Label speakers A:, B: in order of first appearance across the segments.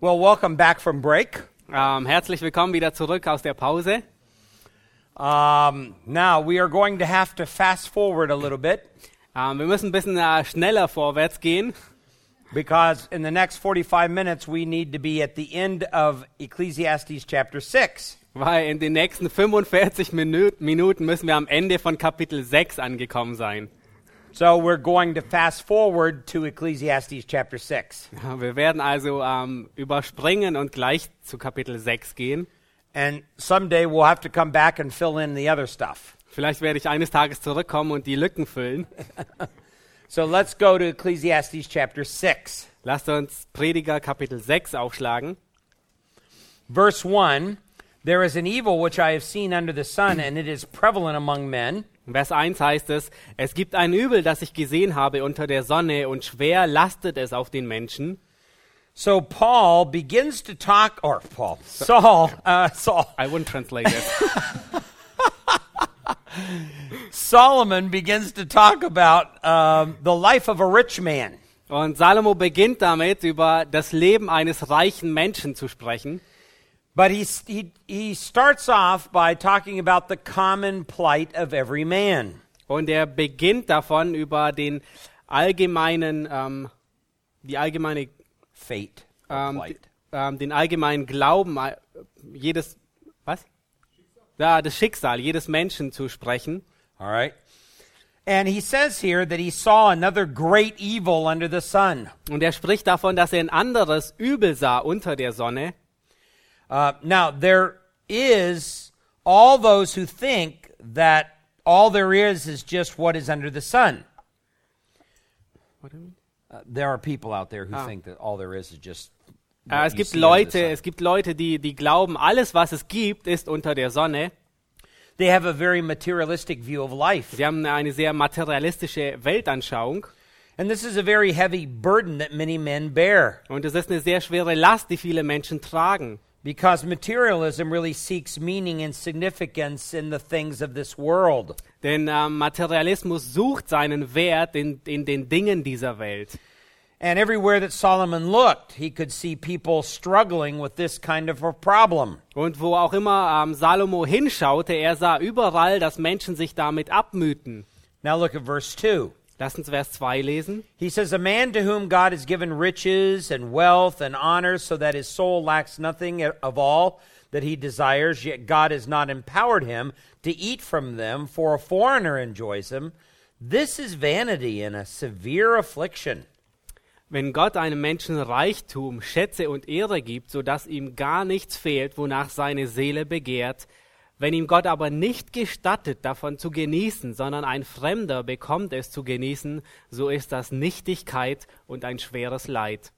A: Well, welcome back from break.
B: Ähm, herzlich willkommen wieder zurück aus der Pause.
A: Um, now we are going to have to fast forward a little bit
B: Ähm, wir müssen ein bisschen äh, schneller vorwärts gehen,
A: because in the next 45 minutes we need to be at the end of Ecclesiastes chapter 6.
B: weil in den nächsten 45 Minu Minuten müssen wir am Ende von Kapitel 6 angekommen sein.
A: So we're going to fast forward to Ecclesiastes chapter 6.
B: Ja, Wir werden also ähm, überspringen und gleich zu Kapitel 6 gehen.
A: And someday we'll have to come back and fill in the other stuff.
B: Vielleicht werde ich eines Tages zurückkommen und die Lücken füllen.
A: So let's go to Ecclesiastes chapter 6.
B: Lasst uns Prediger Kapitel 6 aufschlagen.
A: Verse 1 There is an evil which I have seen under the sun, and it is prevalent among men.
B: Vers 1 heißt es, es gibt ein Übel, das ich gesehen habe unter der Sonne und schwer lastet es auf den Menschen.
A: So Paul begins to talk, or Paul, Saul, uh, Saul,
B: I wouldn't translate it.
A: Solomon begins to talk about um, the life of a rich man.
B: Und Salomo beginnt damit, über das Leben eines reichen Menschen zu sprechen.
A: But he, he, he starts off by talking about the common plight of every man.
B: Und er beginnt davon, über den allgemeinen, ähm, die allgemeine,
A: Fate. or
B: ähm,
A: plight.
B: die- ähm, den allgemeinen Glauben äh, jedes, was? Ja, das Schicksal jedes Menschen zu sprechen.
A: All right. And he says here that he saw another great evil under the sun.
B: Und er spricht davon, dass er ein anderes Übel sah unter der Sonne.
A: Uh, now, there is all those who think that all there is is just what is under the sun.
B: Äh,
A: Uh, there are people out there who think that all there is is just.
B: Äh,
A: what
B: es
A: you
B: gibt
A: see under the
B: Leute,
A: sun.
B: es gibt Leute, die, die glauben, alles, was es gibt, ist unter der Sonne.
A: They have a very materialistic view of life.
B: Sie haben eine sehr materialistische Weltanschauung.
A: And this is a very heavy burden that many men bear
B: Und es ist eine sehr schwere Last, die viele Menschen tragen.
A: because materialism really seeks meaning and significance in the things of this world.
B: Denn ähm, Materialismus sucht seinen Wert in, in den Dingen dieser Welt.
A: And everywhere that Solomon looked, he could see people struggling with this kind of a problem.
B: Und wo auch immer ähm, Salomo hinschaute, er sah überall, dass Menschen sich damit abmühten.
A: Now look at verse 2.
B: Lass uns Vers 2 lesen.
A: He says, A man to whom God has given riches and wealth and honor, so that his soul lacks nothing of all that he desires, yet God has not empowered him to eat from them, for a foreigner enjoys them. This is vanity and a severe affliction.
B: Wenn Gott einem Menschen Reichtum, Schätze und Ehre gibt, so dass ihm gar nichts fehlt, wonach seine Seele begehrt, wenn ihm Gott aber nicht gestattet, davon zu genießen, sondern ein Fremder bekommt es zu genießen, so ist das Nichtigkeit und ein schweres Leid.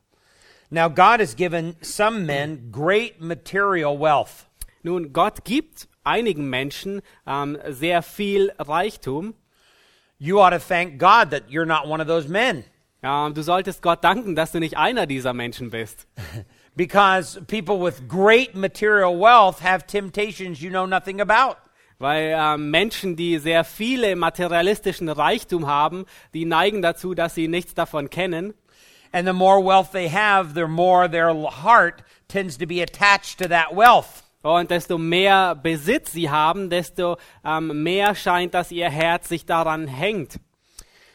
A: Now, God has given some men great material wealth.
B: Nun, Gott gibt einigen Menschen ähm, sehr viel Reichtum.
A: You ought to thank God that you're not one of those men.
B: Ähm, du solltest Gott danken, dass du nicht einer dieser Menschen bist.
A: Because people with great material wealth have temptations you know nothing about.
B: Weil ähm, Menschen, die sehr viele materialistischen Reichtum haben, die neigen dazu, dass sie nichts davon kennen.
A: And the more wealth they have, the more their l- heart tends to be attached to that wealth.
B: Und desto mehr Besitz sie haben, desto ähm, mehr scheint, dass ihr Herz sich daran hängt.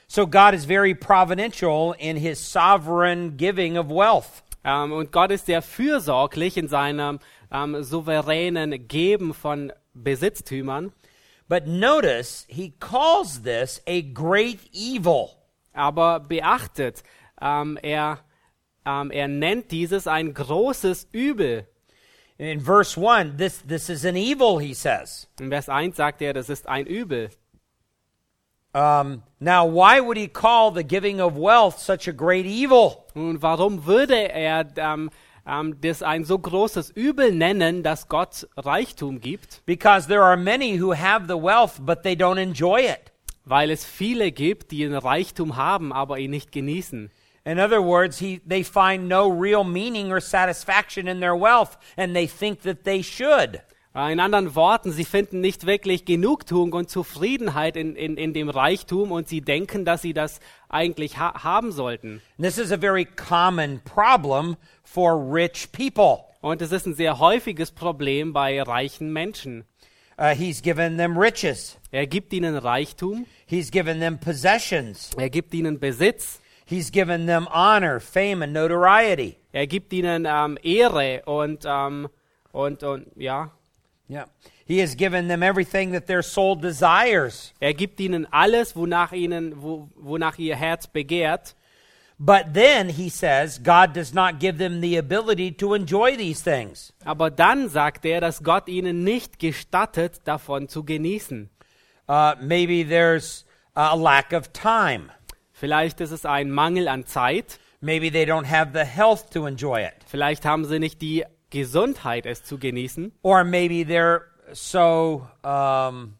A: So God is very providential in his sovereign giving of wealth.
B: Ähm, und Gott ist sehr fürsorglich in seinem ähm, souveränen Geben von Besitztümern.
A: But notice he calls this a great evil.
B: Aber beachtet, ähm, er, ähm, er nennt dieses ein großes Übel.
A: In verse 1, this, this is an evil, he says.
B: In Vers 1 sagt er, das ist ein Übel.
A: Um, now, why would he call the giving of wealth such a great evil?
B: Nun, warum würde er ähm, ähm, das ein so großes Übel nennen, dass Gott Reichtum gibt?
A: Because there are many who have the wealth, but they don't enjoy it.
B: Weil es viele gibt, die einen Reichtum haben, aber ihn nicht genießen.
A: In other words, he, they find no real meaning or satisfaction in their wealth, and they think that they should.
B: Äh, In anderen Worten, sie finden nicht wirklich Genugtuung und Zufriedenheit in, in, in dem Reichtum und sie denken, dass sie das eigentlich ha haben sollten.
A: And this is a very common problem for rich people.
B: Und es ist ein sehr häufiges Problem bei reichen Menschen.
A: Uh, he's given them riches,
B: Er gibt ihnen Reichtum,
A: he's given them possessions,
B: er gibt ihnen Besitz,
A: he's given them honor, fame, and notoriety.
B: er gibt ihnen ähm, Ehre und, ähm, und, und ja,
A: Yeah. He has given them everything that their soul desires.
B: er gibt ihnen alles, wonach, ihnen, wo, wonach ihr Herz begehrt.
A: But then he says God does not give them the ability to enjoy these things.
B: Aber dann sagt er, dass Gott ihnen nicht gestattet, davon zu genießen.
A: Uh, maybe there's a lack of time.
B: Vielleicht ist es ein Mangel an Zeit,
A: Maybe they don't have the health to enjoy it.
B: vielleicht haben sie nicht die Gesundheit, es zu genießen.
A: Or maybe they're so um,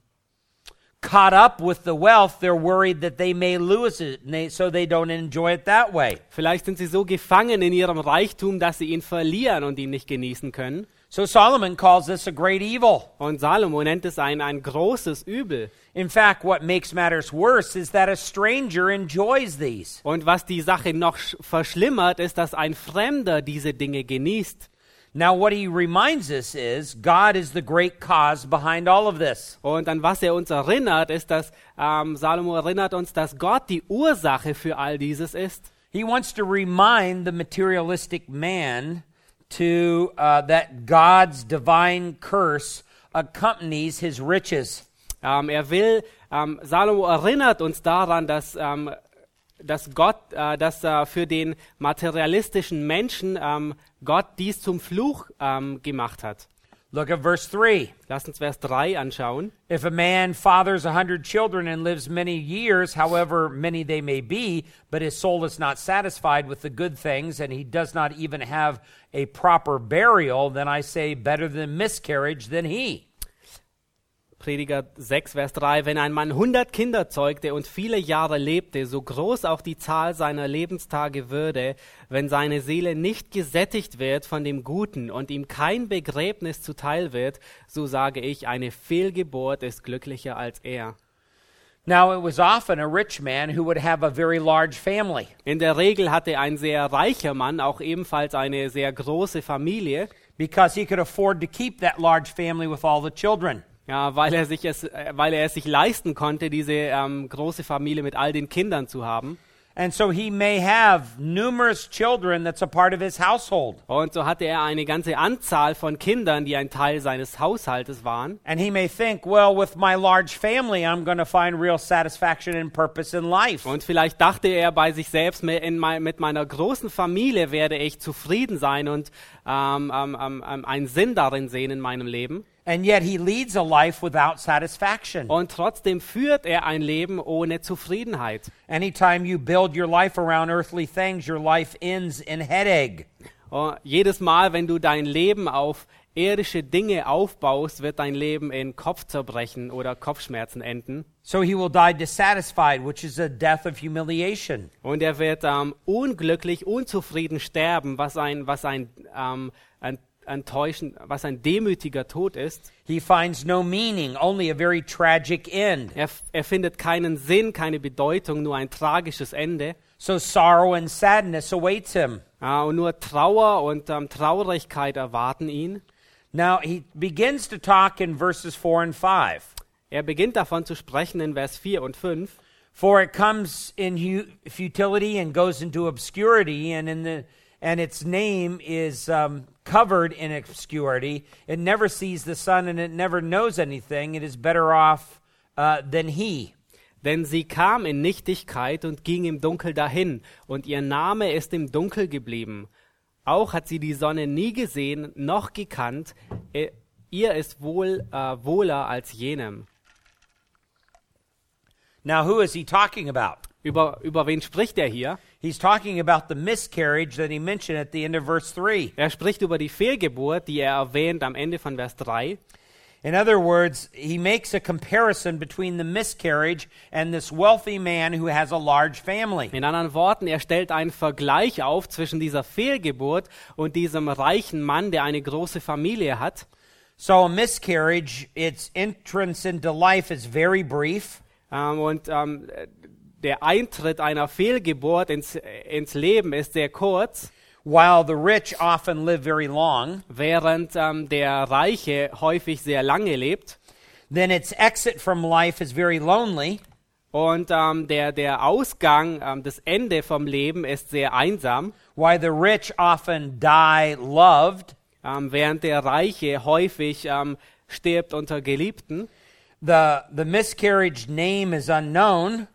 A: caught up with the wealth, they're worried that they may lose it, and they, so they don't enjoy it that way.
B: Vielleicht sind sie so gefangen in ihrem Reichtum, dass sie ihn verlieren und ihn nicht genießen können.
A: So Solomon calls this a great evil.
B: Und Salomo nennt es ein, ein großes Übel.
A: In fact, what makes matters worse is that a stranger enjoys these.
B: Und was die Sache noch sch- verschlimmert, ist, dass ein Fremder diese Dinge genießt.
A: Now, what he reminds us is God is the great cause behind all of this.
B: Und an was er uns erinnert, ist, dass ähm, Salomo erinnert uns, dass Gott die Ursache für all dieses ist.
A: He wants to remind the materialistic man to uh, that God's divine curse accompanies his riches.
B: Ähm, er will, ähm, Salomo erinnert uns daran, dass, ähm, dass Gott, äh, dass äh, für den materialistischen Menschen ähm, Gott dies zum Fluch ähm, gemacht hat.
A: Look at verse 3.
B: Lass uns Vers 3 anschauen.
A: If a man fathers a hundred children and lives many years, however many they may be, but his soul is not satisfied with the good things, and he does not even have a proper burial, then I say better than miscarriage than he.
B: Prediger 6, Vers 3, wenn ein Mann 100 Kinder zeugte und viele Jahre lebte, so groß auch die Zahl seiner Lebenstage würde, wenn seine Seele nicht gesättigt wird von dem Guten und ihm kein Begräbnis zuteil wird, so sage ich, eine Fehlgeburt ist glücklicher als er.
A: Now, it was often a rich man who would have a very large family.
B: In der Regel hatte ein sehr reicher Mann auch ebenfalls eine sehr große Familie,
A: because he could afford to keep that large family with all the children.
B: ja, weil er, sich es, äh, weil er es sich leisten konnte, diese ähm, große Familie mit all den Kindern zu haben.
A: And so he may have numerous children that's a part of his household.
B: Und so hatte er eine ganze Anzahl von Kindern, die ein Teil seines Haushaltes waren.
A: And he may think, well, with my large family, I'm going to find real satisfaction and purpose in life.
B: Und vielleicht dachte er bei sich selbst, "Me- in mei- mit meiner großen Familie werde ich zufrieden sein und ähm, ähm, ähm, ähm, einen Sinn darin sehen in meinem Leben.
A: And yet he leads a life without satisfaction.
B: Und trotzdem führt er ein Leben ohne Zufriedenheit.
A: Anytime you build your life around earthly things, your life ends in headache.
B: Oh, jedes Mal, wenn du dein Leben auf irdische Dinge aufbaust, wird dein Leben in Kopfzerbrechen oder Kopfschmerzen enden.
A: So he will die dissatisfied, which is a death of humiliation.
B: Und er wird ähm, unglücklich, unzufrieden sterben, was ein, was ein, ähm, ein, ein täuschen, was ein demütiger Tod ist.
A: He finds no meaning, only a very tragic end.
B: Er, f- er findet keinen Sinn, keine Bedeutung, nur ein tragisches Ende.
A: So sorrow and sadness awaits him.
B: Äh, und nur Trauer und ähm, Traurigkeit erwarten ihn.
A: Now he begins to talk in verses 4 and 5.
B: Er beginnt davon zu sprechen in Vers 4 und 5.
A: For it comes in hu- futility and goes into obscurity and in the and its name is um, covered in obscurity. It never sees the sun and it never knows anything. It is better off uh, than he.
B: Denn sie kam in Nichtigkeit und ging im Dunkel dahin, und ihr Name ist im Dunkel geblieben. Auch hat sie die Sonne nie gesehen noch gekannt, Äh, ihr ist wohl äh, wohler als jenem.
A: Now who is he talking about?
B: Über, über wen spricht er hier?
A: He's talking about the miscarriage that he mentioned at the end of verse 3.
B: Er spricht über die Fehlgeburt, die er erwähnt am Ende von Vers 3.
A: In other words, he makes a comparison between the miscarriage and this wealthy man who has a large family.
B: In anderen Worten, er stellt einen Vergleich auf zwischen dieser Fehlgeburt und diesem reichen Mann, der eine große Familie hat.
A: So a miscarriage, its entrance into life is very brief.
B: Ähm, und ähm, der Eintritt einer Fehlgeburt ins, ins Leben ist sehr kurz,
A: While the rich often live very long,
B: während ähm, der Reiche häufig sehr lange lebt.
A: then its exit from life is very lonely.
B: Und ähm, der, der Ausgang, ähm, das Ende vom Leben ist sehr einsam,
A: Why the rich often die loved.
B: ähm, während der Reiche häufig ähm, stirbt unter Geliebten.
A: The, the miscarriage name is unknown,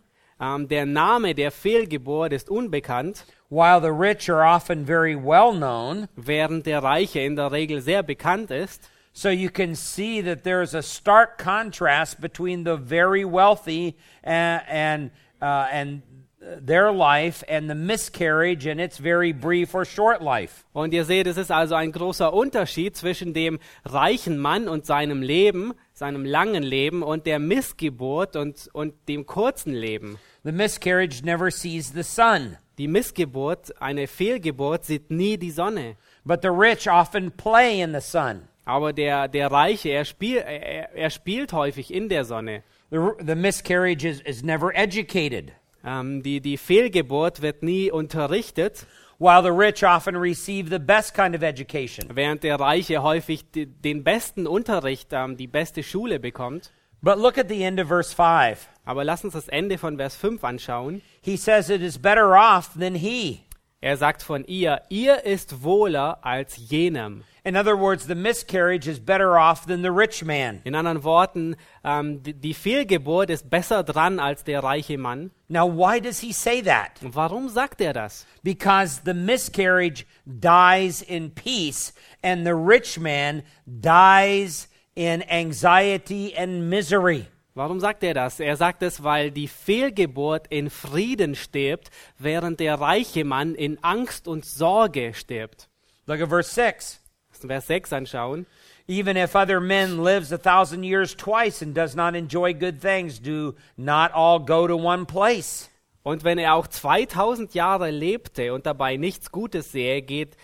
B: Ähm, der Name der Fehlgeburt ist unbekannt,
A: while the rich are often very well known.
B: während der Reiche in der Regel sehr bekannt ist.
A: So you can see that there is a stark contrast between the very wealthy and, and, uh, and their life and the miscarriage and its very brief or short life.
B: Und ihr seht, es ist also ein großer Unterschied zwischen dem reichen Mann und seinem Leben, seinem langen Leben und der Missgeburt und, und dem kurzen Leben.
A: The miscarriage never sees the sun,
B: Die Missgeburt, eine Fehlgeburt, sieht nie die Sonne.
A: but the rich often play in the sun.
B: Aber der, der Reiche, er, spiel, er, er spielt häufig in der Sonne.
A: The, the miscarriage is, is never educated,
B: Ähm, die, die Fehlgeburt wird nie unterrichtet,
A: while the rich often receive the best kind of education.
B: während der Reiche häufig die, den besten Unterricht, ähm, die beste Schule bekommt.
A: But look at the end of verse 5.
B: Aber lass uns das Ende von Vers 5 anschauen.
A: He says, It is better off than he.
B: Er sagt von ihr, ihr ist wohler als jenem.
A: In other words, the miscarriage is better off than the rich man.
B: In anderen Worten, ähm, die, die Fehlgeburt ist besser dran als der reiche Mann.
A: Now, why does he say that?
B: Und Warum sagt er das?
A: Because the miscarriage dies in peace, and the rich man dies in anxiety and misery.
B: Warum sagt er das? Er sagt es, weil die Fehlgeburt in Frieden stirbt, während der reiche Mann in Angst und Sorge stirbt.
A: Look at verse 6.
B: Lass uns Vers 6 anschauen.
A: Even if other men lives a thousand years twice and does not enjoy good things, do not all go to one place.
B: Und wenn er auch 2000 Jahre lebte und dabei nichts Gutes sähe, geht,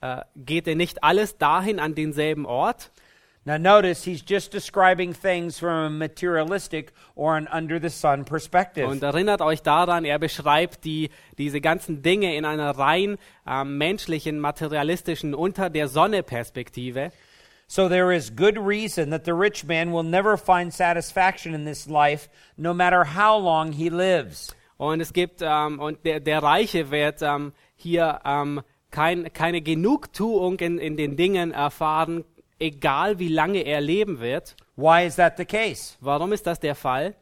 B: äh, geht er nicht alles dahin an denselben Ort?
A: Now, notice he's just describing things from a materialistic or an under the sun perspective.
B: Und erinnert euch daran, er beschreibt die, diese ganzen Dinge in einer rein ähm, menschlichen, materialistischen, unter der Sonne Perspektive.
A: So there is good reason that the rich man will never find satisfaction in this life, no matter how long he lives.
B: Und es gibt, ähm, und der, der Reiche wird ähm, hier ähm, kein, keine Genugtuung in, in den Dingen erfahren, egal wie lange er leben wird.
A: Why is that the case?
B: Warum ist das der Fall?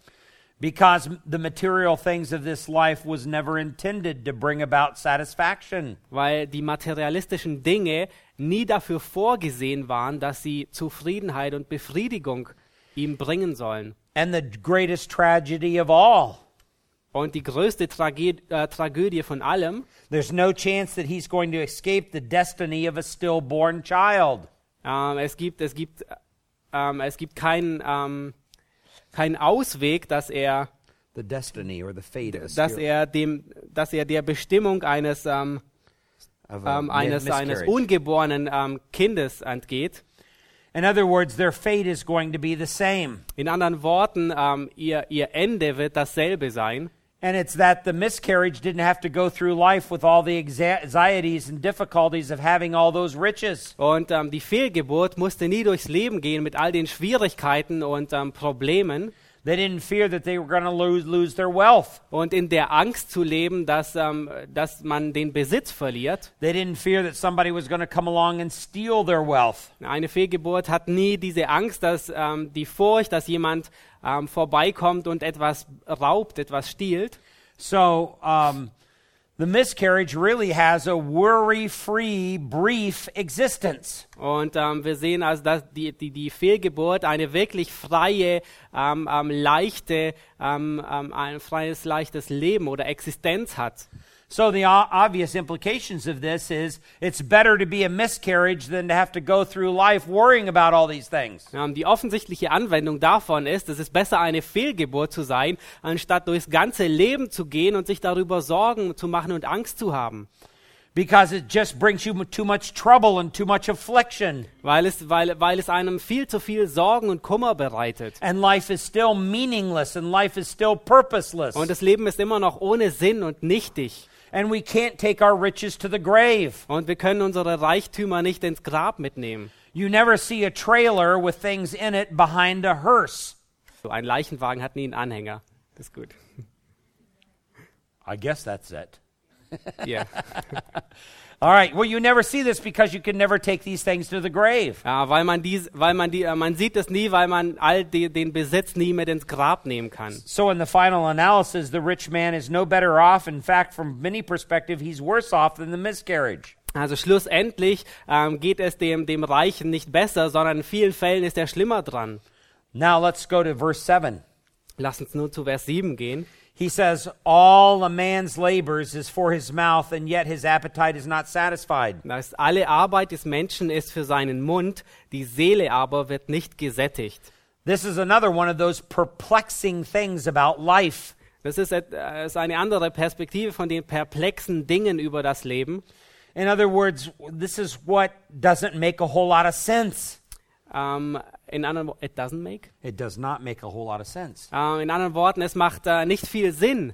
A: Because the material things of this life was never intended to bring about satisfaction.
B: Weil die materialistischen Dinge nie dafür vorgesehen waren, dass sie Zufriedenheit und Befriedigung ihm bringen sollen.
A: And the greatest tragedy of all,
B: Und die größte Trage äh, Tragödie von allem,
A: there's no chance that he's going to escape the destiny of a stillborn child.
B: ähm, es gibt, es gibt, äh, ähm, es gibt keinen, ähm, keinen Ausweg, dass er,
A: The destiny or the fate of a,
B: dass er dem, dass er der Bestimmung eines, ähm, ähm, eines, eines ungeborenen ähm, Kindes entgeht.
A: In other words, their fate is going to be the same.
B: In anderen Worten, ähm, ihr, ihr Ende wird dasselbe sein.
A: And it's that the miscarriage didn't have to go through life with all the exa- anxieties and difficulties of having all those riches.
B: Und ähm, die Fehlgeburt musste nie durchs Leben gehen mit all den Schwierigkeiten und ähm, Problemen
A: They didn't fear that they were going to lose, lose their wealth.
B: und in der Angst zu leben, dass, ähm, dass man den Besitz verliert.
A: They didn't fear that somebody was going to come along and steal their wealth.
B: Eine Fehlgeburt hat nie diese Angst, dass ähm, die Furcht, dass jemand ähm, vorbeikommt und etwas raubt, etwas stiehlt.
A: So um, the miscarriage really has a worry free, brief existence.
B: Und ähm, wir sehen also, dass die, die, die Fehlgeburt eine wirklich freie, ähm, ähm, leichte, ähm, ähm, ein freies, leichtes Leben oder Existenz hat.
A: So the o- obvious implications of this is it's better to be a miscarriage than to have to go through life worrying about all these things.
B: Ähm, die offensichtliche Anwendung davon ist, es ist besser, eine Fehlgeburt zu sein, anstatt durchs ganze Leben zu gehen und sich darüber Sorgen zu machen und Angst zu haben.
A: because it just brings you too much trouble and too much affliction.
B: weil es, weil, weil es einem viel zu viel Sorgen und Kummer bereitet.
A: And life is still meaningless and life is still purposeless.
B: Und das Leben ist immer noch ohne Sinn und nichtig.
A: And we can't take our riches to the grave.
B: Und wir können unsere Reichtümer nicht ins Grab mitnehmen.
A: You never see a trailer with things in it behind a hearse.
B: So ein Leichenwagen hat nie einen Anhänger. Das ist gut.
A: I guess that's it.
B: Ja.
A: All right. Well, you never see this because you can never take these things to the grave.
B: Ja, weil man dies, weil man die, äh, man sieht es nie, weil man all die, den Besitz nie mit ins Grab nehmen kann.
A: So, in the final analysis, the rich man is no better off. In fact, from many perspectives, he's worse off than the miscarriage.
B: Also schlussendlich ähm, geht es dem, dem Reichen nicht besser, sondern in vielen Fällen ist er schlimmer dran.
A: Now, let's go to verse 7.
B: Lass uns nur zu Vers 7 gehen.
A: He says, All a man's labors is for his mouth, and yet his appetite is not satisfied.
B: Da ist alle Arbeit des Menschen ist für seinen Mund, die Seele aber wird nicht gesättigt.
A: This is another one of those perplexing things about life.
B: Das ist, et- äh, ist eine andere Perspektive von den perplexen Dingen über das Leben.
A: In other words, this is what doesn't make a whole lot of sense.
B: Ähm, in anderen, Wo- it doesn't make.
A: It does not make a whole lot of sense.
B: Äh, in anderen Worten, es macht äh, nicht viel Sinn.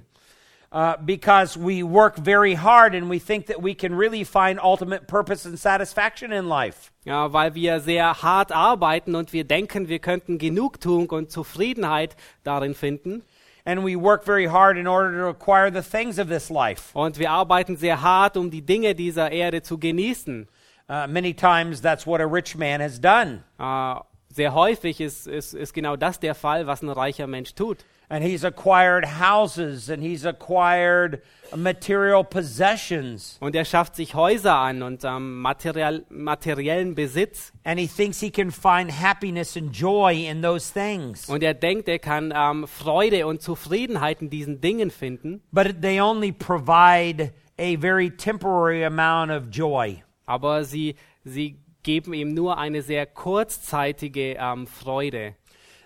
A: Uh, because we work very hard and we think that we can really find ultimate purpose and satisfaction in life.
B: Ja, weil wir sehr hart arbeiten und wir denken, wir könnten Genugtuung und Zufriedenheit darin finden.
A: And we work very hard in order to acquire the things of this life.
B: Und wir arbeiten sehr hart, um die Dinge dieser Erde zu genießen.
A: Uh, many times that's what a rich man has done.
B: Äh, sehr häufig ist, ist, ist genau das der Fall, was ein reicher Mensch tut.
A: And he's acquired houses and he's acquired material possessions.
B: Und er schafft sich Häuser an und ähm, material, materiellen Besitz.
A: And he thinks he can find happiness and joy in those things.
B: Und er denkt, er kann ähm, Freude und Zufriedenheit in diesen Dingen finden.
A: But they only provide a very temporary amount of joy.
B: Aber sie, sie geben ihm nur eine sehr kurzzeitige ähm, Freude.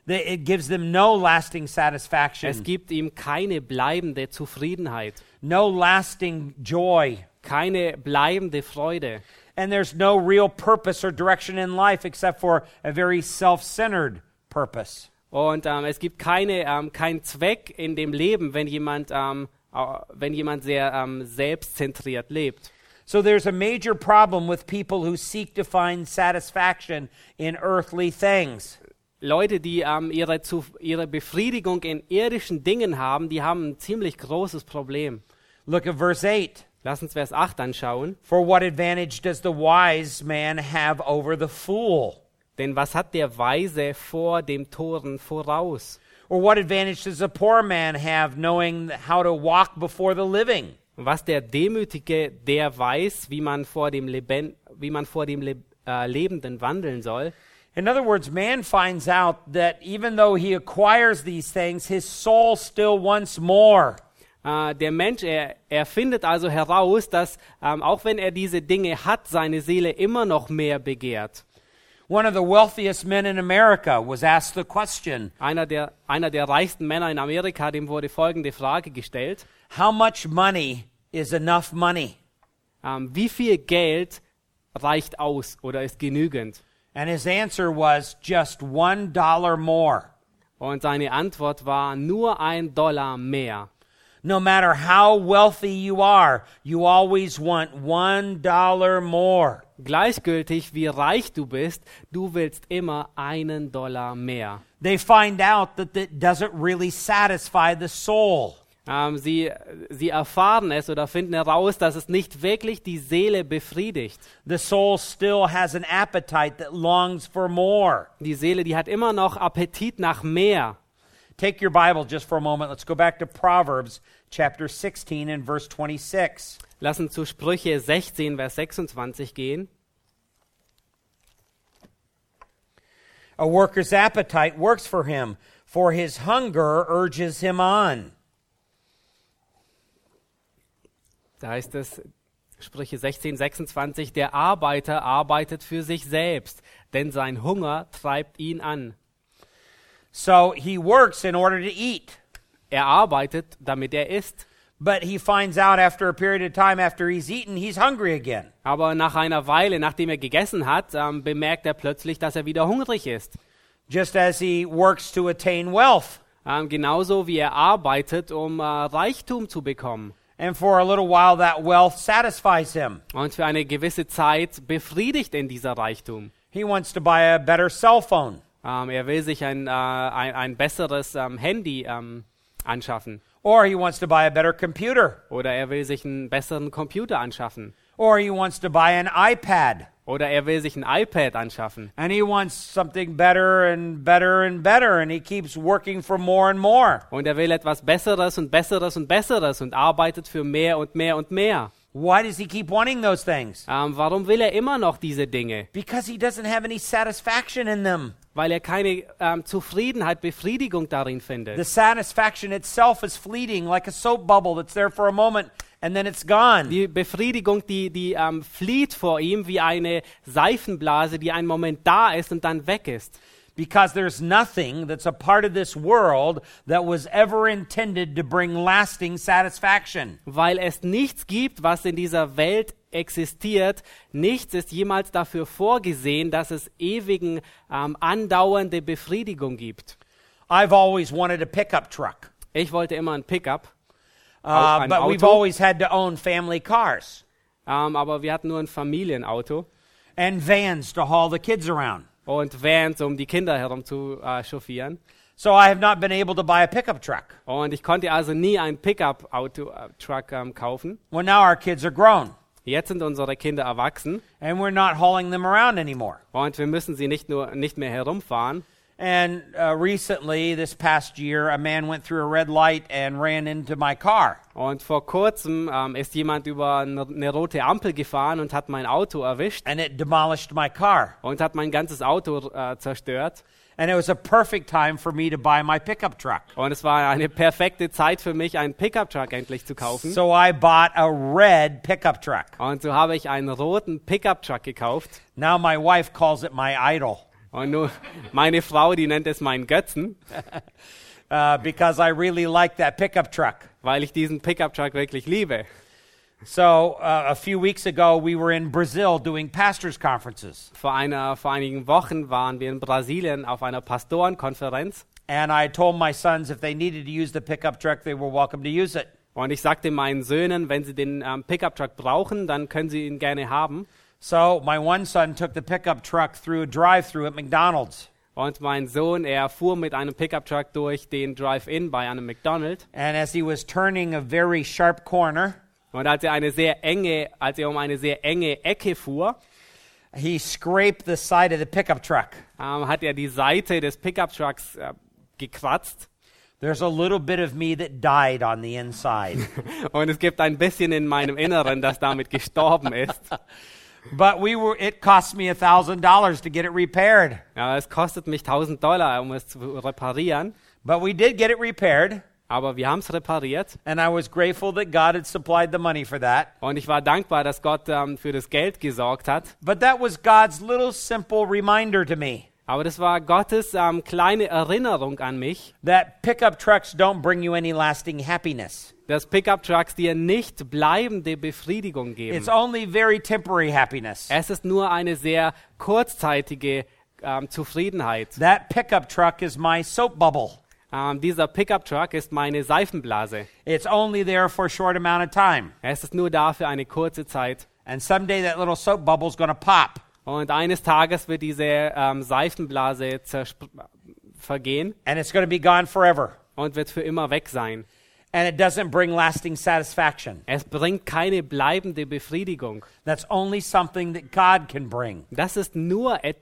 A: They- It gives them no lasting
B: Es
A: satisfaction,
B: gibt ihm keine bleibende Zufriedenheit,
A: no lasting joy.
B: keine bleibende Freude.
A: And there's no real purpose or direction in life except for a very self centered purpose.
B: Und ähm, es gibt keine, ähm, keinen Zweck in dem Leben, wenn jemand, ähm, au- wenn jemand sehr ähm, selbstzentriert lebt.
A: So there's a major problem with people who seek to find satisfaction in earthly things.
B: Leute, die ähm, ihre, zu, ihre Befriedigung in irdischen Dingen haben, die haben ein ziemlich großes Problem.
A: Look at verse 8.
B: Lass uns Vers 8 anschauen.
A: For what advantage does the wise man have over the fool?
B: Denn was hat der Weise vor dem Toren voraus?
A: Or what advantage does a poor man have knowing how to walk before the living?
B: Und was der Demütige, der weiß, wie man vor dem, Leben, wie man vor dem Le äh, Lebenden wandeln soll.
A: In other words, man finds out that even though he acquires these things, his soul still wants more.
B: Äh, der Mensch, er, er findet also heraus, dass ähm, auch wenn er diese Dinge hat, seine Seele immer noch mehr begehrt.
A: One of the wealthiest men in America was asked the question
B: Einer der, einer der reichsten Männer in Amerika, dem wurde folgende Frage gestellt.
A: How much money is enough money?
B: Ähm, wie viel Geld reicht aus oder ist genügend?
A: And his answer was just one dollar more.
B: Und seine Antwort war nur ein Dollar mehr.
A: No matter how wealthy you are, you always want one dollar more.
B: Gleichgültig, wie reich du bist, du willst immer einen Dollar mehr.
A: They find out that that doesn't really satisfy the soul.
B: Ähm, sie, sie erfahren es oder finden heraus, dass es nicht wirklich die Seele befriedigt.
A: The soul still has an appetite that longs for more.
B: Die Seele, die hat immer noch Appetit nach mehr.
A: Take your Bible just for a moment. Let's go back to Proverbs chapter 16 and verse 26.
B: Lassen zu Sprüche 16, Vers 26 gehen.
A: A worker's appetite works for him, for his hunger urges him on.
B: Da heißt es, Sprüche 16, 26, der Arbeiter arbeitet für sich selbst, denn sein Hunger treibt ihn an.
A: So he works in order to eat.
B: Er arbeitet, damit er isst.
A: but he finds out after a period of time after he's eaten, he's hungry again.
B: Aber nach einer Weile, nachdem er gegessen hat, ähm, bemerkt er plötzlich, dass er wieder hungrig ist.
A: Just as he works to attain wealth.
B: Ähm, genauso wie er arbeitet, um äh, Reichtum zu bekommen.
A: And for a little while, that wealth satisfies him.
B: Und für eine gewisse Zeit befriedigt ihn dieser Reichtum.
A: He wants to buy a better cell phone
B: Ähm, er will sich ein, äh, ein, ein besseres ähm, Handy ähm, anschaffen.
A: or he wants to buy a better computer.
B: Oder er will sich einen besseren Computer anschaffen.
A: or he wants to buy an iPad
B: Oder er will sich ein iPad anschaffen.
A: and he wants something better and better and better and he keeps working for more and more.
B: Und er will etwas Besseres und Besseres und Besseres und arbeitet für mehr und mehr und mehr.
A: Why does he keep wanting those things?
B: Ähm, warum will er immer noch diese Dinge?
A: Because he doesn't have any satisfaction in them.
B: Weil er keine ähm, Zufriedenheit, Befriedigung darin
A: The
B: findet.
A: satisfaction itself is fleeting like a soap bubble that's there for a moment and then it's gone.
B: Die Befriedigung, die, die ähm, flieht vor ihm wie eine Seifenblase, die einen Moment da ist und dann weg ist.
A: Because there's nothing that's a part of this world that was ever intended to bring lasting satisfaction.
B: Weil es nichts gibt, was in dieser Welt existiert. Nichts ist jemals dafür vorgesehen, dass es ewigen, ähm, andauernde Befriedigung gibt.
A: I've always wanted a pickup truck,
B: Ich wollte immer ein Pickup,
A: uh,
B: an
A: but we've
B: auto?
A: always had to own family cars.
B: ähm, aber wir hatten nur ein Familienauto
A: and vans to haul the kids around.
B: und Vans, um die Kinder herum zu äh, chauffieren.
A: So I have not been able to buy a pickup truck.
B: Und ich konnte also nie einen Pickup-Auto-Truck ähm, kaufen.
A: Well, now our kids are grown
B: Jetzt sind unsere Kinder erwachsen
A: and we're not hauling them around anymore.
B: und wir müssen sie nicht nur nicht mehr herumfahren.
A: And uh, recently, this past year, a man went through a red light and ran into my car.
B: Und vor kurzem ähm, ist jemand über eine, eine rote Ampel gefahren und hat mein Auto erwischt
A: And it demolished my car.
B: und hat mein ganzes Auto äh, zerstört.
A: And it was a perfect time for me to buy my pickup truck.
B: Und es war eine perfekte Zeit für mich, einen Pickup-Truck endlich zu kaufen.
A: So I bought a red pickup truck.
B: Und so habe ich einen roten Pickup-Truck gekauft.
A: Now my wife calls it my idol
B: Und nur meine Frau, die nennt es meinen Götzen,
A: uh, because I really like that pickup truck.
B: weil ich diesen Pickup-Truck wirklich liebe.
A: So uh, a few weeks ago, we were in Brazil doing pastors' conferences.
B: Vor, einer, vor einigen Wochen waren wir in Brasilien auf einer Pastorenkonferenz.
A: And I told my sons if they needed to use the pickup truck, they were welcome to use it.
B: Und ich sagte meinen Söhnen, wenn sie den ähm, Pickup-Truck brauchen, dann können sie ihn gerne haben.
A: So my one son took the pickup truck through a drive through at McDonald's.
B: Und mein Sohn, er fuhr mit einem Pickup-Truck durch den Drive-In bei einem McDonald's.
A: And as he was turning a very sharp corner,
B: Und als er, eine sehr enge, als er um eine sehr enge Ecke fuhr,
A: he scraped the side of the pickup truck.
B: ähm, hat er die Seite des Pickup-Trucks äh, gekratzt.
A: There's a little bit of me that died on the inside.
B: Und es gibt ein bisschen in meinem Inneren, das damit gestorben ist.
A: but we were it cost me a thousand dollars to get it repaired.
B: Ja, es kostet mich 1000 Dollar, um es zu reparieren.
A: But we did get it repaired,
B: Aber wir haben es repariert.
A: and I was grateful that God had supplied the money for that.
B: Und ich war dankbar, dass Gott ähm, für das Geld gesorgt hat.
A: But that was God's little simple reminder to me.
B: Aber das war Gottes ähm, kleine Erinnerung an mich,
A: that pickup trucks don't bring you any lasting happiness.
B: dass Pickup-Trucks dir nicht bleibende Befriedigung geben.
A: It's only very temporary happiness.
B: Es ist nur eine sehr kurzzeitige ähm, Zufriedenheit.
A: That pickup truck is my soap bubble.
B: Ähm, dieser Pickup-Truck ist meine Seifenblase.
A: It's only there for a short amount of time.
B: Es ist nur da für eine kurze Zeit.
A: And someday that little soap bubble's going to pop.
B: Und eines Tages wird diese ähm, Seifenblase zerspr- vergehen
A: And it's going to be gone forever.
B: und wird für immer weg sein.
A: And it doesn't bring lasting satisfaction.
B: Es bringt keine bleibende Befriedigung.
A: That's only something that God can bring.
B: Das ist nur et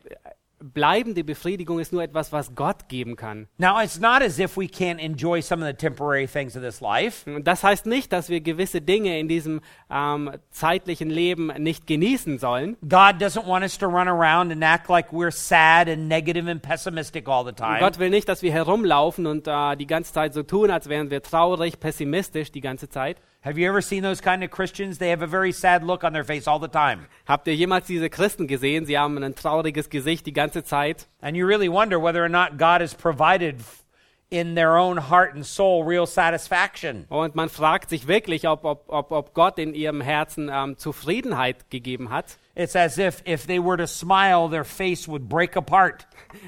B: bleibende Befriedigung ist nur etwas, was Gott geben kann.
A: Now, it's not as if we can't enjoy some of the temporary things of this life.
B: Und das heißt nicht, dass wir gewisse Dinge in diesem ähm, zeitlichen Leben nicht genießen sollen.
A: God doesn't want us to run around and act like we're sad and negative and pessimistic all the time.
B: Gott will nicht, dass wir herumlaufen und äh, die ganze Zeit so tun, als wären wir traurig, pessimistisch die ganze Zeit.
A: Have you ever seen those kind of Christians? They have a very sad look on their face all the time.
B: Habt ihr jemals diese Christen gesehen? Sie haben ein trauriges Gesicht die ganze Zeit.
A: And you really wonder whether or not God has provided f- in their own heart and soul real satisfaction.
B: Und man fragt sich wirklich, ob, ob, ob, ob Gott in ihrem Herzen ähm, Zufriedenheit gegeben hat.
A: It's as if if they were to smile, their face would break apart.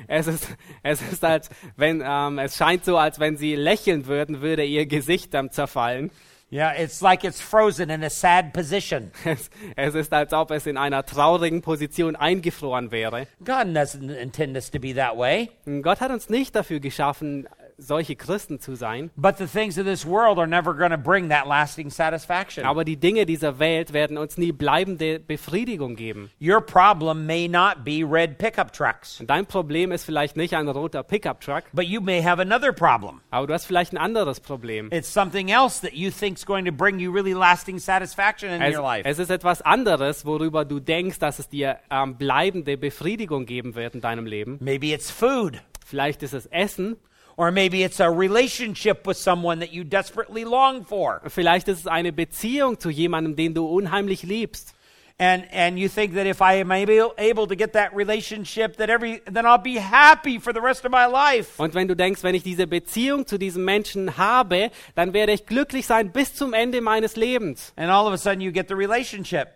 B: Es ist, es ist als wenn, ähm, es scheint so, als wenn sie lächeln würden, würde ihr Gesicht dann zerfallen.
A: Yeah, it's like it's frozen in a sad position.
B: Es, es ist, als ob es in einer traurigen Position eingefroren wäre.
A: God doesn't intend us to be that way.
B: Gott hat uns nicht dafür geschaffen, solche Christen zu sein.
A: But the things of this world are never going to bring that lasting satisfaction.
B: Aber die Dinge dieser Welt werden uns nie bleibende Befriedigung geben.
A: Your problem may not be red pickup trucks,
B: Und Dein Problem ist vielleicht nicht ein roter Pickup-Truck,
A: but you may have another problem.
B: aber du hast vielleicht ein anderes Problem.
A: It's something else that you think's going to bring you really lasting satisfaction in
B: Es,
A: your life.
B: es ist etwas anderes, worüber du denkst, dass es dir ähm, bleibende Befriedigung geben wird in deinem Leben.
A: maybe it's food,
B: Vielleicht ist es Essen,
A: or maybe it's a relationship with someone that you desperately long for.
B: vielleicht ist es eine Beziehung zu jemandem, den du unheimlich liebst.
A: And and you think that if I am able, able to get that relationship that every then I'll be happy for the rest of my life.
B: Und wenn du denkst, wenn ich diese Beziehung zu diesem Menschen habe, dann werde ich glücklich sein bis zum Ende meines Lebens.
A: And all of a sudden you get the relationship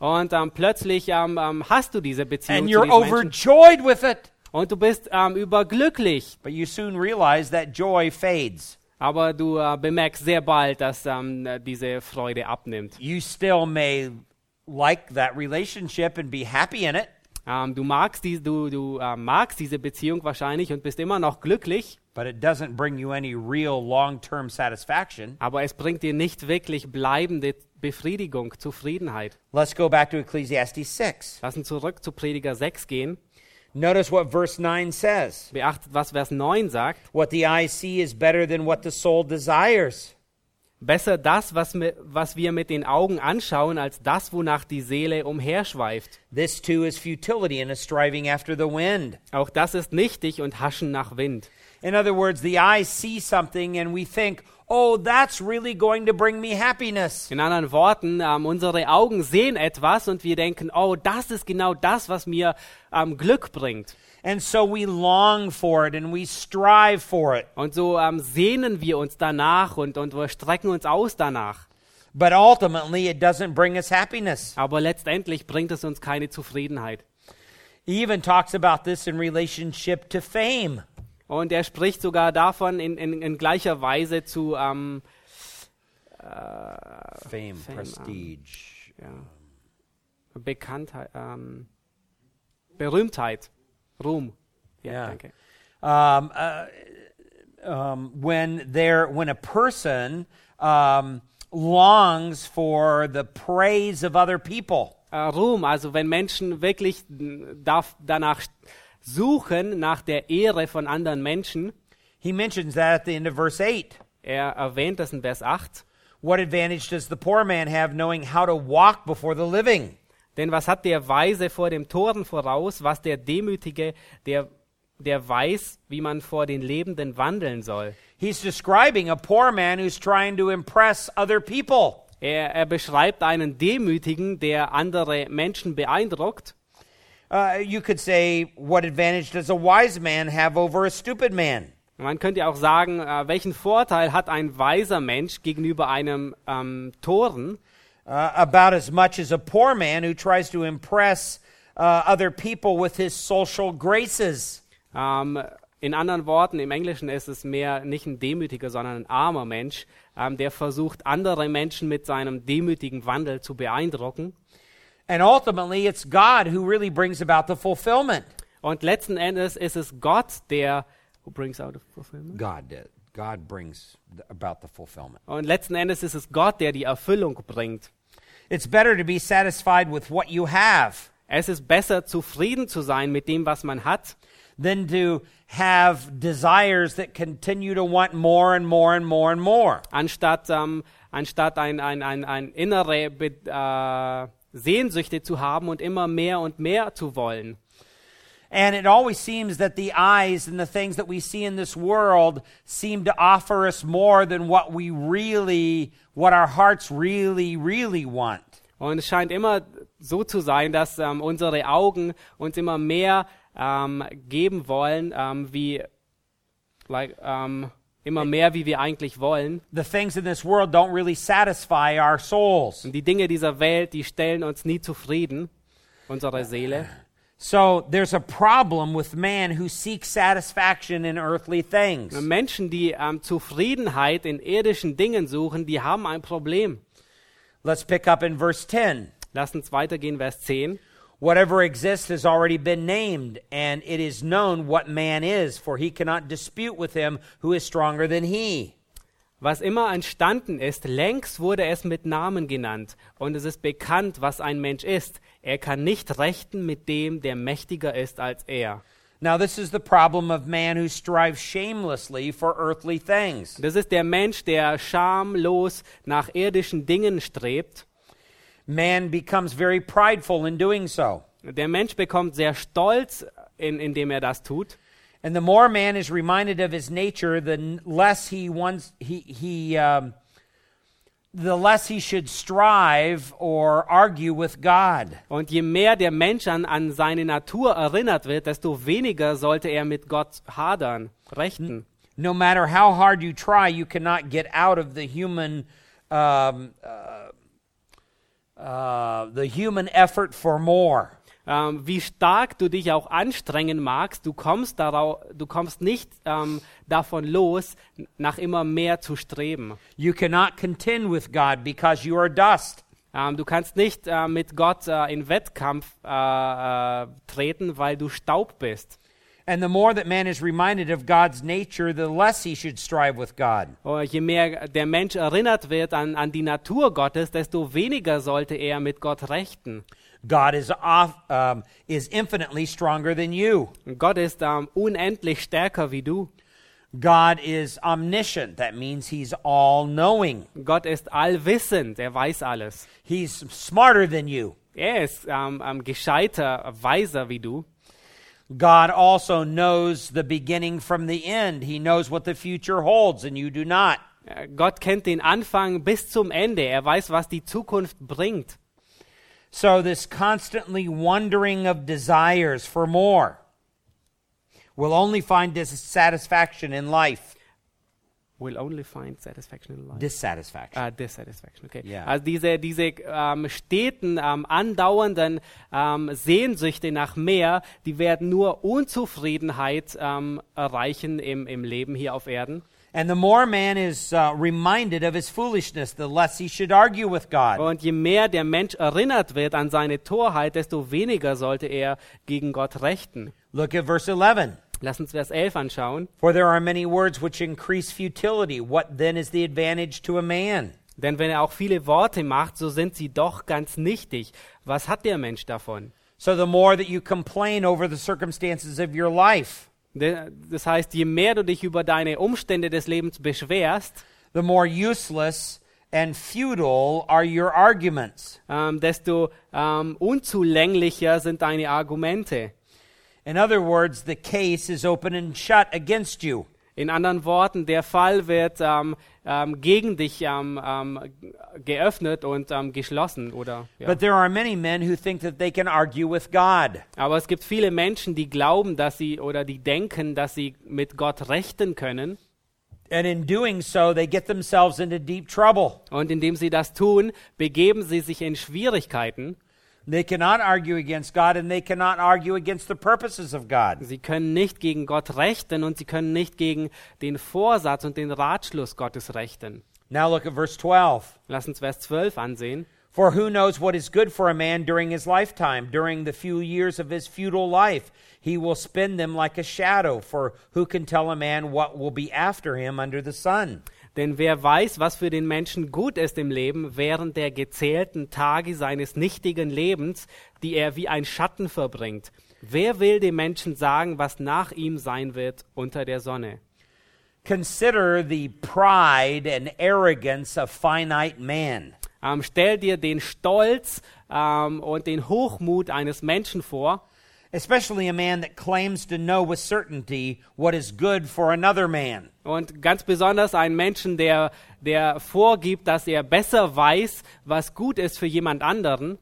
B: Und ähm, plötzlich ähm, ähm, hast du diese Beziehung
A: and
B: zu
A: you're
B: diesem Menschen
A: overjoyed with it.
B: und du bist ähm, überglücklich.
A: But you soon realize that joy fades.
B: Aber du äh, bemerkst sehr bald, dass ähm, äh, diese Freude abnimmt.
A: You still may like that relationship and be happy in it,
B: Ähm, du magst, die, du, du, äh, magst diese Beziehung wahrscheinlich und bist immer noch glücklich,
A: but it doesn't bring you any real long-term satisfaction.
B: aber es bringt dir nicht wirklich bleibende Befriedigung, Zufriedenheit.
A: Let's go back to Ecclesiastes 6.
B: Lass uns zurück zu Prediger 6 gehen.
A: Notice what verse 9 says.
B: Beachtet, was Vers 9 sagt.
A: What the eye see is better than what the soul desires.
B: Besser das, was, mi- was wir mit den Augen anschauen, als das, wonach die Seele umherschweift.
A: This too is futility and a striving after the wind.
B: Auch das ist nichtig und haschen nach Wind.
A: In other words, the eye sees something and we think, oh, that's really going to bring me happiness.
B: In anderen Worten, ähm, unsere Augen sehen etwas und wir denken, oh, das ist genau das, was mir ähm, Glück bringt.
A: And so we long for it and we strive for it.
B: Und so ähm, sehnen wir uns danach und, und wir strecken uns aus danach.
A: But ultimately, it doesn't bring us happiness.
B: Aber letztendlich bringt es uns keine Zufriedenheit.
A: He even talks about this in relationship to fame.
B: Und er spricht sogar davon in, in, in gleicher Weise zu, ähm,
A: Fame,
B: Fame,
A: prestige.
B: ja. Bekanntheit, ähm, Berühmtheit, Ruhm. Ja,
A: Ja.
B: danke.
A: Um, uh, um, when there, when a person um, longs for the praise of other people,
B: Äh, Ruhm, also wenn Menschen wirklich n, darf, danach st- suchen, nach der Ehre von anderen Menschen,
A: he mentions that at the end of verse eight.
B: er erwähnt das in Vers 8,
A: What advantage does the poor man have knowing how to walk before the living?
B: Denn was hat der Weise vor dem Toren voraus, was der Demütige, der, der weiß, wie man vor den Lebenden wandeln soll?
A: He's describing a poor man who's trying to impress other people.
B: Er, er beschreibt einen Demütigen, der andere Menschen beeindruckt.
A: Uh, you could say, what advantage does a wise man have over a stupid man?
B: Man könnte auch sagen, äh, welchen Vorteil hat ein weiser Mensch gegenüber einem ähm, Toren?
A: Uh, about as much as a poor man who tries to impress uh, other people with his social graces.
B: Ähm, in anderen Worten, im Englischen ist es mehr nicht ein Demütiger, sondern ein armer Mensch, ähm, der versucht, andere Menschen mit seinem demütigen Wandel zu beeindrucken.
A: And ultimately, it's God who really brings about the fulfillment.
B: Und letzten Endes ist es Gott, der who brings out of fulfillment.
A: God did. God brings th- about the fulfillment.
B: Und letzten Endes ist es Gott, der die Erfüllung bringt.
A: It's better to be satisfied with what you have
B: Es ist besser zufrieden zu sein mit dem, was man hat,
A: than to have desires that continue to want more and more and more and more.
B: anstatt ähm, anstatt ein ein ein, ein innere Be äh, Sehnsüchte zu haben und immer mehr und mehr zu wollen.
A: And it always seems that the eyes and the things that we see in this world seem to offer us more than what we really, what our hearts really, really want.
B: Und es scheint immer so zu sein, dass ähm, unsere Augen uns immer mehr ähm, geben wollen, ähm, wie like, ähm, immer mehr, wie wir eigentlich wollen.
A: The things in this world don't really satisfy our souls.
B: Und die Dinge dieser Welt, die stellen uns nie zufrieden, unsere Seele.
A: So there's a problem with man who seeks satisfaction in earthly things.
B: Menschen, die ähm, Zufriedenheit in irdischen Dingen suchen, die haben ein Problem.
A: Let's pick up in verse 10.
B: Lass uns weitergehen, Vers 10.
A: Whatever exists has already been named, and it is known what man is, for he cannot dispute with him who is stronger than he.
B: Was immer entstanden ist, längst wurde es mit Namen genannt, und es ist bekannt, was ein Mensch ist. Er kann nicht rechten mit dem, der mächtiger ist als er.
A: Now, this is the problem of man who strives shamelessly for earthly things.
B: Das ist der Mensch, der schamlos nach irdischen Dingen strebt.
A: Man becomes very prideful in doing so.
B: Der Mensch bekommt sehr Stolz, in, indem er das tut.
A: And the more man is reminded of his nature, the n- less he wants he he um, the less he should strive or argue with God.
B: Und je mehr der Mensch an, an seine Natur erinnert wird, desto weniger sollte er mit Gott hadern, rechten.
A: No matter how hard you try, you cannot get out of the human um, uh, uh, the human effort for more.
B: Ähm, wie stark du dich auch anstrengen magst, du kommst, darau, du kommst nicht ähm, davon los, n- nach immer mehr zu streben.
A: You cannot contend with God because you are dust.
B: Ähm, du kannst nicht äh, mit Gott äh, in Wettkampf äh, äh, treten, weil du Staub bist.
A: And the more that man is reminded of God's nature, the less he should strive with God.
B: Oder Oh, je mehr der Mensch erinnert wird an, an die Natur Gottes, desto weniger sollte er mit Gott rechten.
A: God is off, um, is infinitely stronger than you.
B: Und Gott ist ähm, unendlich stärker wie du.
A: God is omniscient. That means He's all knowing.
B: Gott ist allwissend, er weiß alles.
A: He's smarter than you.
B: Er ist ähm, ähm, gescheiter, weiser wie du.
A: God also knows the beginning from the end. He knows what the future holds, and you do not.
B: Äh, Gott kennt den Anfang bis zum Ende. Er weiß, was die Zukunft bringt.
A: So, this constantly wandering of desires for more will only find dissatisfaction in life.
B: Will only find satisfaction in life.
A: Dissatisfaction.
B: Ah, Dissatisfaction, okay.
A: Ja.
B: Also diese, diese ähm, steten, ähm, andauernden ähm, Sehnsüchte nach mehr, die werden nur Unzufriedenheit ähm, erreichen im, im Leben hier auf Erden.
A: And the more man is uh, reminded of his foolishness, the less he should argue with God.
B: Und je mehr der Mensch erinnert wird an seine Torheit, desto weniger sollte er gegen Gott rechten.
A: Look at verse 11.
B: Lass uns Vers 11 anschauen.
A: For there are many words which increase futility. What then is the advantage to a man?
B: Denn wenn er auch viele Worte macht, so sind sie doch ganz nichtig. Was hat der Mensch davon?
A: So the more that you complain over the circumstances of your life,
B: De- Das heißt, je mehr du dich über deine Umstände des Lebens beschwerst,
A: the more useless and futile are your arguments.
B: ähm, desto ähm, unzulänglicher sind deine Argumente.
A: In other words, the case is open and shut against you.
B: In anderen Worten, der Fall wird ähm, ähm, gegen dich ähm, ähm, geöffnet und ähm, geschlossen, oder? Ja.
A: But there are many men who think that they can argue with God.
B: Aber es gibt viele Menschen, die glauben, dass sie oder die denken, dass sie mit Gott rechten können.
A: And in doing so, they get themselves into deep trouble.
B: Und indem sie das tun, begeben sie sich in Schwierigkeiten.
A: They cannot argue against God and they cannot argue against the purposes of God.
B: Sie können nicht gegen Gott rechten und sie können nicht gegen den Vorsatz und den Ratschluss Gottes rechten.
A: Now look at verse 12.
B: Lass uns Vers 12 ansehen.
A: For who knows what is good for a man during his lifetime? During the few years of his futile life, he will spend them like a shadow. For who can tell a man what will be after him under the sun?
B: Denn wer weiß, was für den Menschen gut ist im Leben, während der gezählten Tage seines nichtigen Lebens, die er wie ein Schatten verbringt? Wer will dem Menschen sagen, was nach ihm sein wird unter der Sonne?
A: Consider the pride and arrogance of finite man.
B: Ähm, stell dir den Stolz ähm, und den Hochmut eines Menschen vor,
A: Especially a man that claims to know with certainty what is good for another man.
B: Und ganz besonders einen Menschen, der, der vorgibt, dass er besser weiß, was gut ist für jemand anderen.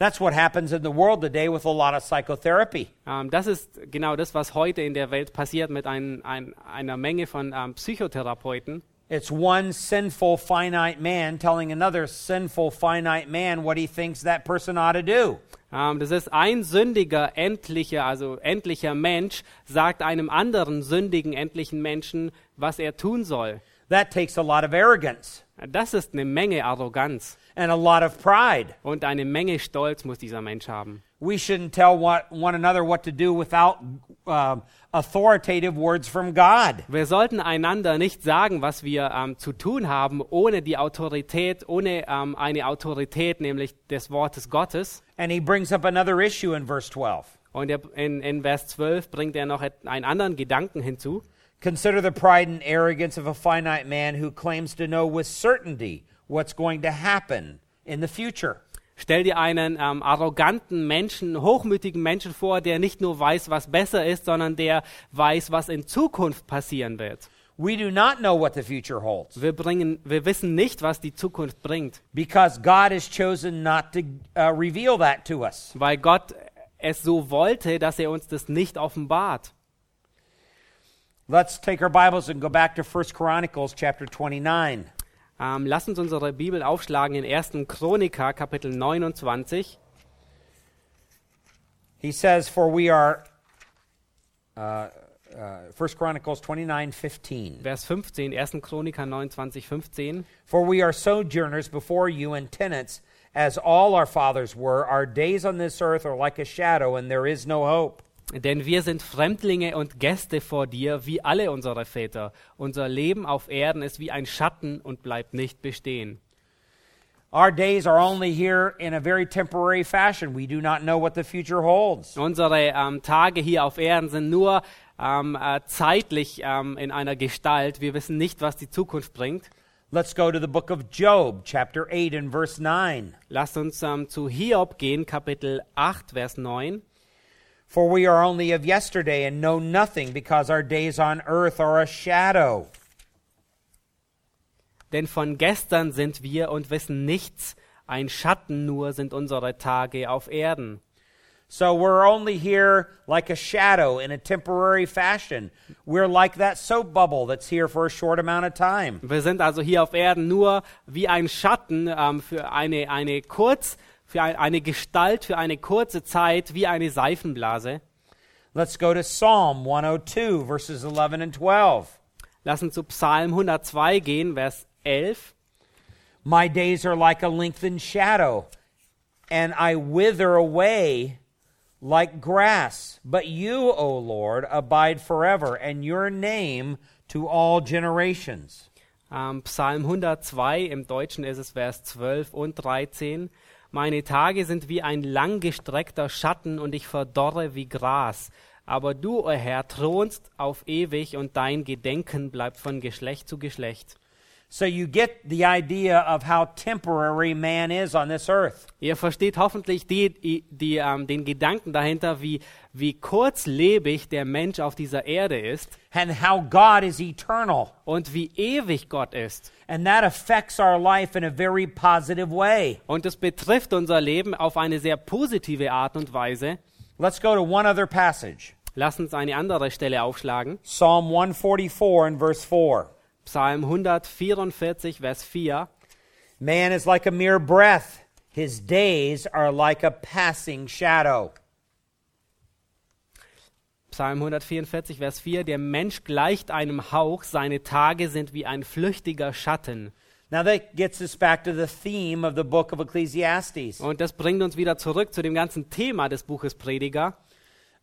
A: That's what happens in the world today with a lot of psychotherapy.
B: Ähm, das ist genau das, was heute in der Welt passiert mit ein, ein, einer Menge von ähm, Psychotherapeuten.
A: It's one sinful, finite man telling another sinful, finite man what he thinks that person ought to do.
B: Ähm, das ist ein sündiger, endlicher, also endlicher Mensch, sagt einem anderen sündigen, endlichen Menschen, was er tun soll.
A: That takes a lot of arrogance
B: Das ist eine Menge Arroganz
A: and a lot of pride.
B: und eine Menge Stolz muss dieser Mensch haben.
A: We shouldn't tell what, one another what to do without um, authoritative words from God.
B: Wir sollten einander nicht sagen, was wir ähm, zu tun haben, ohne die Autorität, ohne ähm, eine Autorität, nämlich des Wortes Gottes.
A: And he brings up another issue in verse 12.
B: Und er, in, in Vers 12 bringt er noch et- einen anderen Gedanken hinzu.
A: Consider the pride and arrogance of a finite man who claims to know with certainty what's going to happen in the future.
B: Stell dir einen ähm, arroganten Menschen, hochmütigen Menschen vor, der nicht nur weiß, was besser ist, sondern der weiß, was in Zukunft passieren wird.
A: We do not know what the future holds
B: Wir, bringen, wir wissen nicht, was die Zukunft bringt,
A: because God has chosen not to uh, reveal that to us.
B: weil Gott es so wollte, dass er uns das nicht offenbart.
A: Let's take our Bibles and go back to 1 Chronicles chapter 29.
B: Ähm, lass uns unsere Bibel aufschlagen in 1. Chroniker, Kapitel 29.
A: He says, For we are, uh, uh, 1 Chronicles 29 15.
B: Vers 15, 1. Chroniker 29, 15.
A: For we are sojourners before you and tenants, as all our fathers were. Our days on this earth are like a shadow, and there is no hope.
B: Denn wir sind Fremdlinge und Gäste vor dir, wie alle unsere Väter. Unser Leben auf Erden ist wie ein Schatten und bleibt nicht bestehen.
A: Our days are only here in a very temporary fashion. We do not know what the future holds.
B: Unsere ähm, Tage hier auf Erden sind nur ähm, äh, zeitlich ähm, in einer Gestalt. Wir wissen nicht, was die Zukunft bringt.
A: Let's go to the book of Job, chapter 8, and verse 9.
B: Lasst uns ähm, zu Hiob gehen, Kapitel 8, Vers 9.
A: For we are only of yesterday and know nothing, because our days on earth are a shadow.
B: Denn von gestern sind wir und wissen nichts. Ein Schatten nur sind unsere Tage auf Erden.
A: So we're only here like a shadow in a temporary fashion. We're like that soap bubble that's here for a short amount of time.
B: Wir sind also hier auf Erden nur wie ein Schatten ähm, für eine, eine kurz, für ein, eine Gestalt, für eine kurze Zeit, wie eine Seifenblase.
A: Let's go to Psalm 102, verses 11 and 12.
B: Lass uns zu Psalm 102 gehen, Vers 11.
A: My days are like a lengthened shadow, and I wither away like grass. But you, O Lord, abide forever, and your name to all generations.
B: Ähm, Psalm 102, im Deutschen ist es Vers 12 und 13. Meine Tage sind wie ein langgestreckter Schatten und ich verdorre wie Gras. Aber du, o Herr, thronst auf ewig und dein Gedenken bleibt von Geschlecht zu Geschlecht.
A: So you get the idea of how temporary man is on this earth.
B: Ihr versteht hoffentlich die, die, die, ähm, den Gedanken dahinter, wie, wie kurzlebig der Mensch auf dieser Erde ist
A: and how God is eternal.
B: und wie ewig Gott ist.
A: And that affects our life in a very positive way.
B: Und es betrifft unser Leben auf eine sehr positive Art und Weise.
A: Let's go to one other passage
B: Lass uns eine andere Stelle aufschlagen.
A: Psalm 144 and verse 4.
B: Psalm 144, Vers 4.
A: Man is like a mere breath, his days are like a passing shadow.
B: Psalm 144, Vers 4. Der Mensch gleicht einem Hauch, seine Tage sind wie ein flüchtiger Schatten.
A: Now that gets us back to the theme of the book of Ecclesiastes
B: Und das bringt uns wieder zurück zu dem ganzen Thema des Buches Prediger.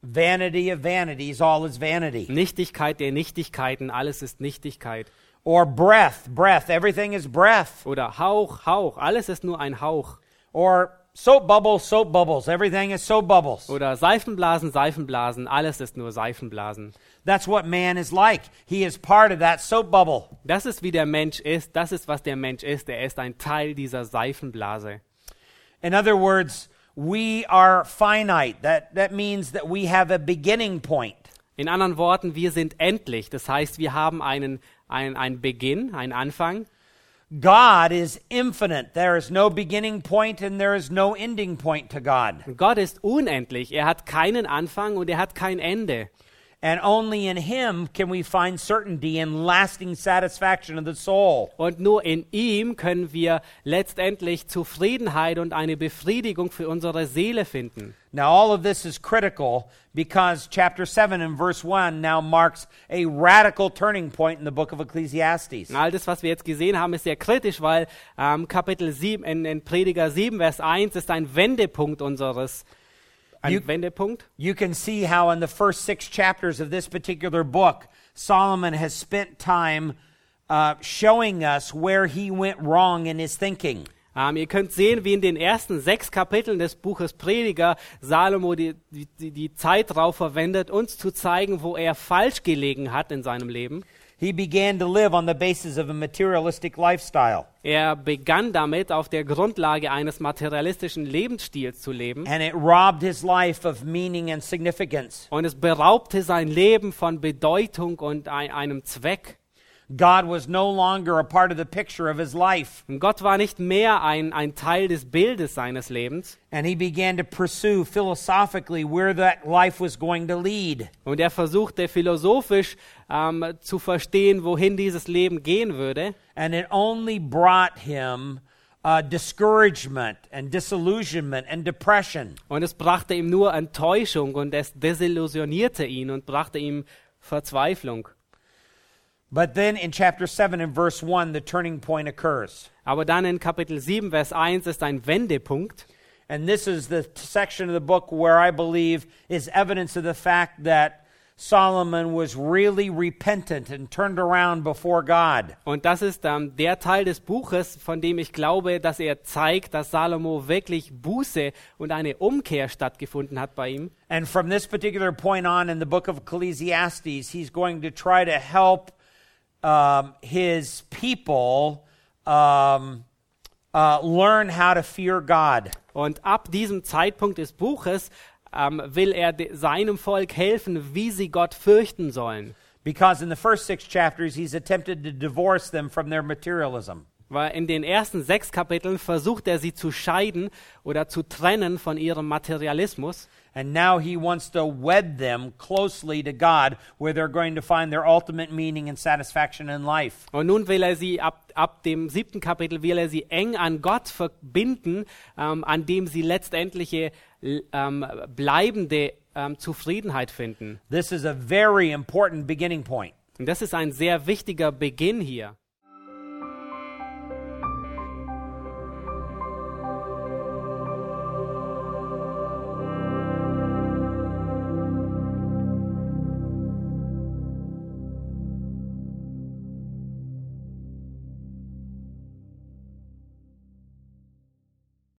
A: vanity of vanities, all is vanity.
B: Nichtigkeit der Nichtigkeiten, alles ist Nichtigkeit.
A: Or breath, breath, everything is breath.
B: Oder Hauch, Hauch, alles ist nur ein Hauch.
A: Or soap bubbles, soap bubbles, everything is soap bubbles.
B: Oder Seifenblasen, Seifenblasen, alles ist nur Seifenblasen.
A: That's what man is like. He is part of that soap bubble.
B: Das ist wie der Mensch ist, das ist was der Mensch ist, er ist ein Teil dieser Seifenblase.
A: In other words, we are finite. That, that means that we have a beginning point.
B: In anderen Worten, wir sind endlich, das heißt, wir haben einen, einen, einen Beginn, einen Anfang.
A: God is infinite. There is no beginning point and there is no ending point to God.
B: Gott ist unendlich. Er hat keinen Anfang und er hat kein Ende.
A: And only in Him can we find certainty and lasting satisfaction of the soul.
B: Und nur in ihm können wir letztendlich Zufriedenheit und eine Befriedigung für unsere Seele finden.
A: Now, all of this is critical because chapter 7 and verse 1 now marks a radical turning point in the book of Ecclesiastes.
B: All das, was wir jetzt gesehen haben, ist sehr kritisch, weil ähm, Kapitel 7, in, in Prediger 7, Vers 1 ist ein Wendepunkt unseres. Ein
A: You-
B: Wendepunkt?
A: You can see how in the first six chapters of this particular book, Solomon has spent time uh, showing us where he went wrong in his thinking.
B: Ähm, ihr könnt sehen, wie in den ersten sechs Kapiteln des Buches Prediger Salomo die, die, die- die Zeit drauf verwendet, uns zu zeigen, wo er falsch gelegen hat in seinem Leben.
A: He began to live on the basis of a materialistic lifestyle,
B: Er begann damit, auf der Grundlage eines materialistischen Lebensstils zu leben.
A: and it robbed his life of meaning and significance.
B: Und es beraubte sein Leben von Bedeutung und ei- einem Zweck.
A: God was no longer a part of the picture of his life,
B: Und Gott war nicht mehr ein, ein Teil des Bildes seines Lebens.
A: and he began to pursue philosophically where that life was going to lead.
B: Und er versuchte philosophisch ähm, zu verstehen, wohin dieses Leben gehen würde.
A: And it only brought him uh, discouragement and disillusionment and depression.
B: Und es brachte ihm nur Enttäuschung und es desillusionierte ihn und brachte ihm Verzweiflung.
A: But then in chapter 7 and verse 1, the turning point occurs.
B: Aber dann in Kapitel 7, Vers 1 ist ein Wendepunkt.
A: And this is the section of the book where I believe is evidence of the fact that Solomon was really repentant and turned around before God.
B: Und das ist ähm, der Teil des Buches, von dem ich glaube, dass er zeigt, dass Salomo wirklich Buße und eine Umkehr stattgefunden hat bei ihm.
A: And from this particular point on in the book of Ecclesiastes, he's going to try to help um, his people um, uh, learn how to fear God.
B: Und ab diesem Zeitpunkt des Buches ähm, will er de- seinem Volk helfen, wie sie Gott fürchten sollen.
A: Because in the first six chapters, he's attempted to divorce them from their materialism.
B: Weil in den ersten sechs Kapiteln versucht er sie zu scheiden oder zu trennen von ihrem Materialismus.
A: And now he wants to wed them closely to God, where they're going to find their ultimate meaning and satisfaction in life.
B: Und nun will er sie ab, ab dem siebten Kapitel will er sie eng an Gott verbinden, ähm, an dem sie letztendliche l- ähm, bleibende ähm, Zufriedenheit finden.
A: This is a very important beginning point.
B: Und das ist ein sehr wichtiger Beginn hier.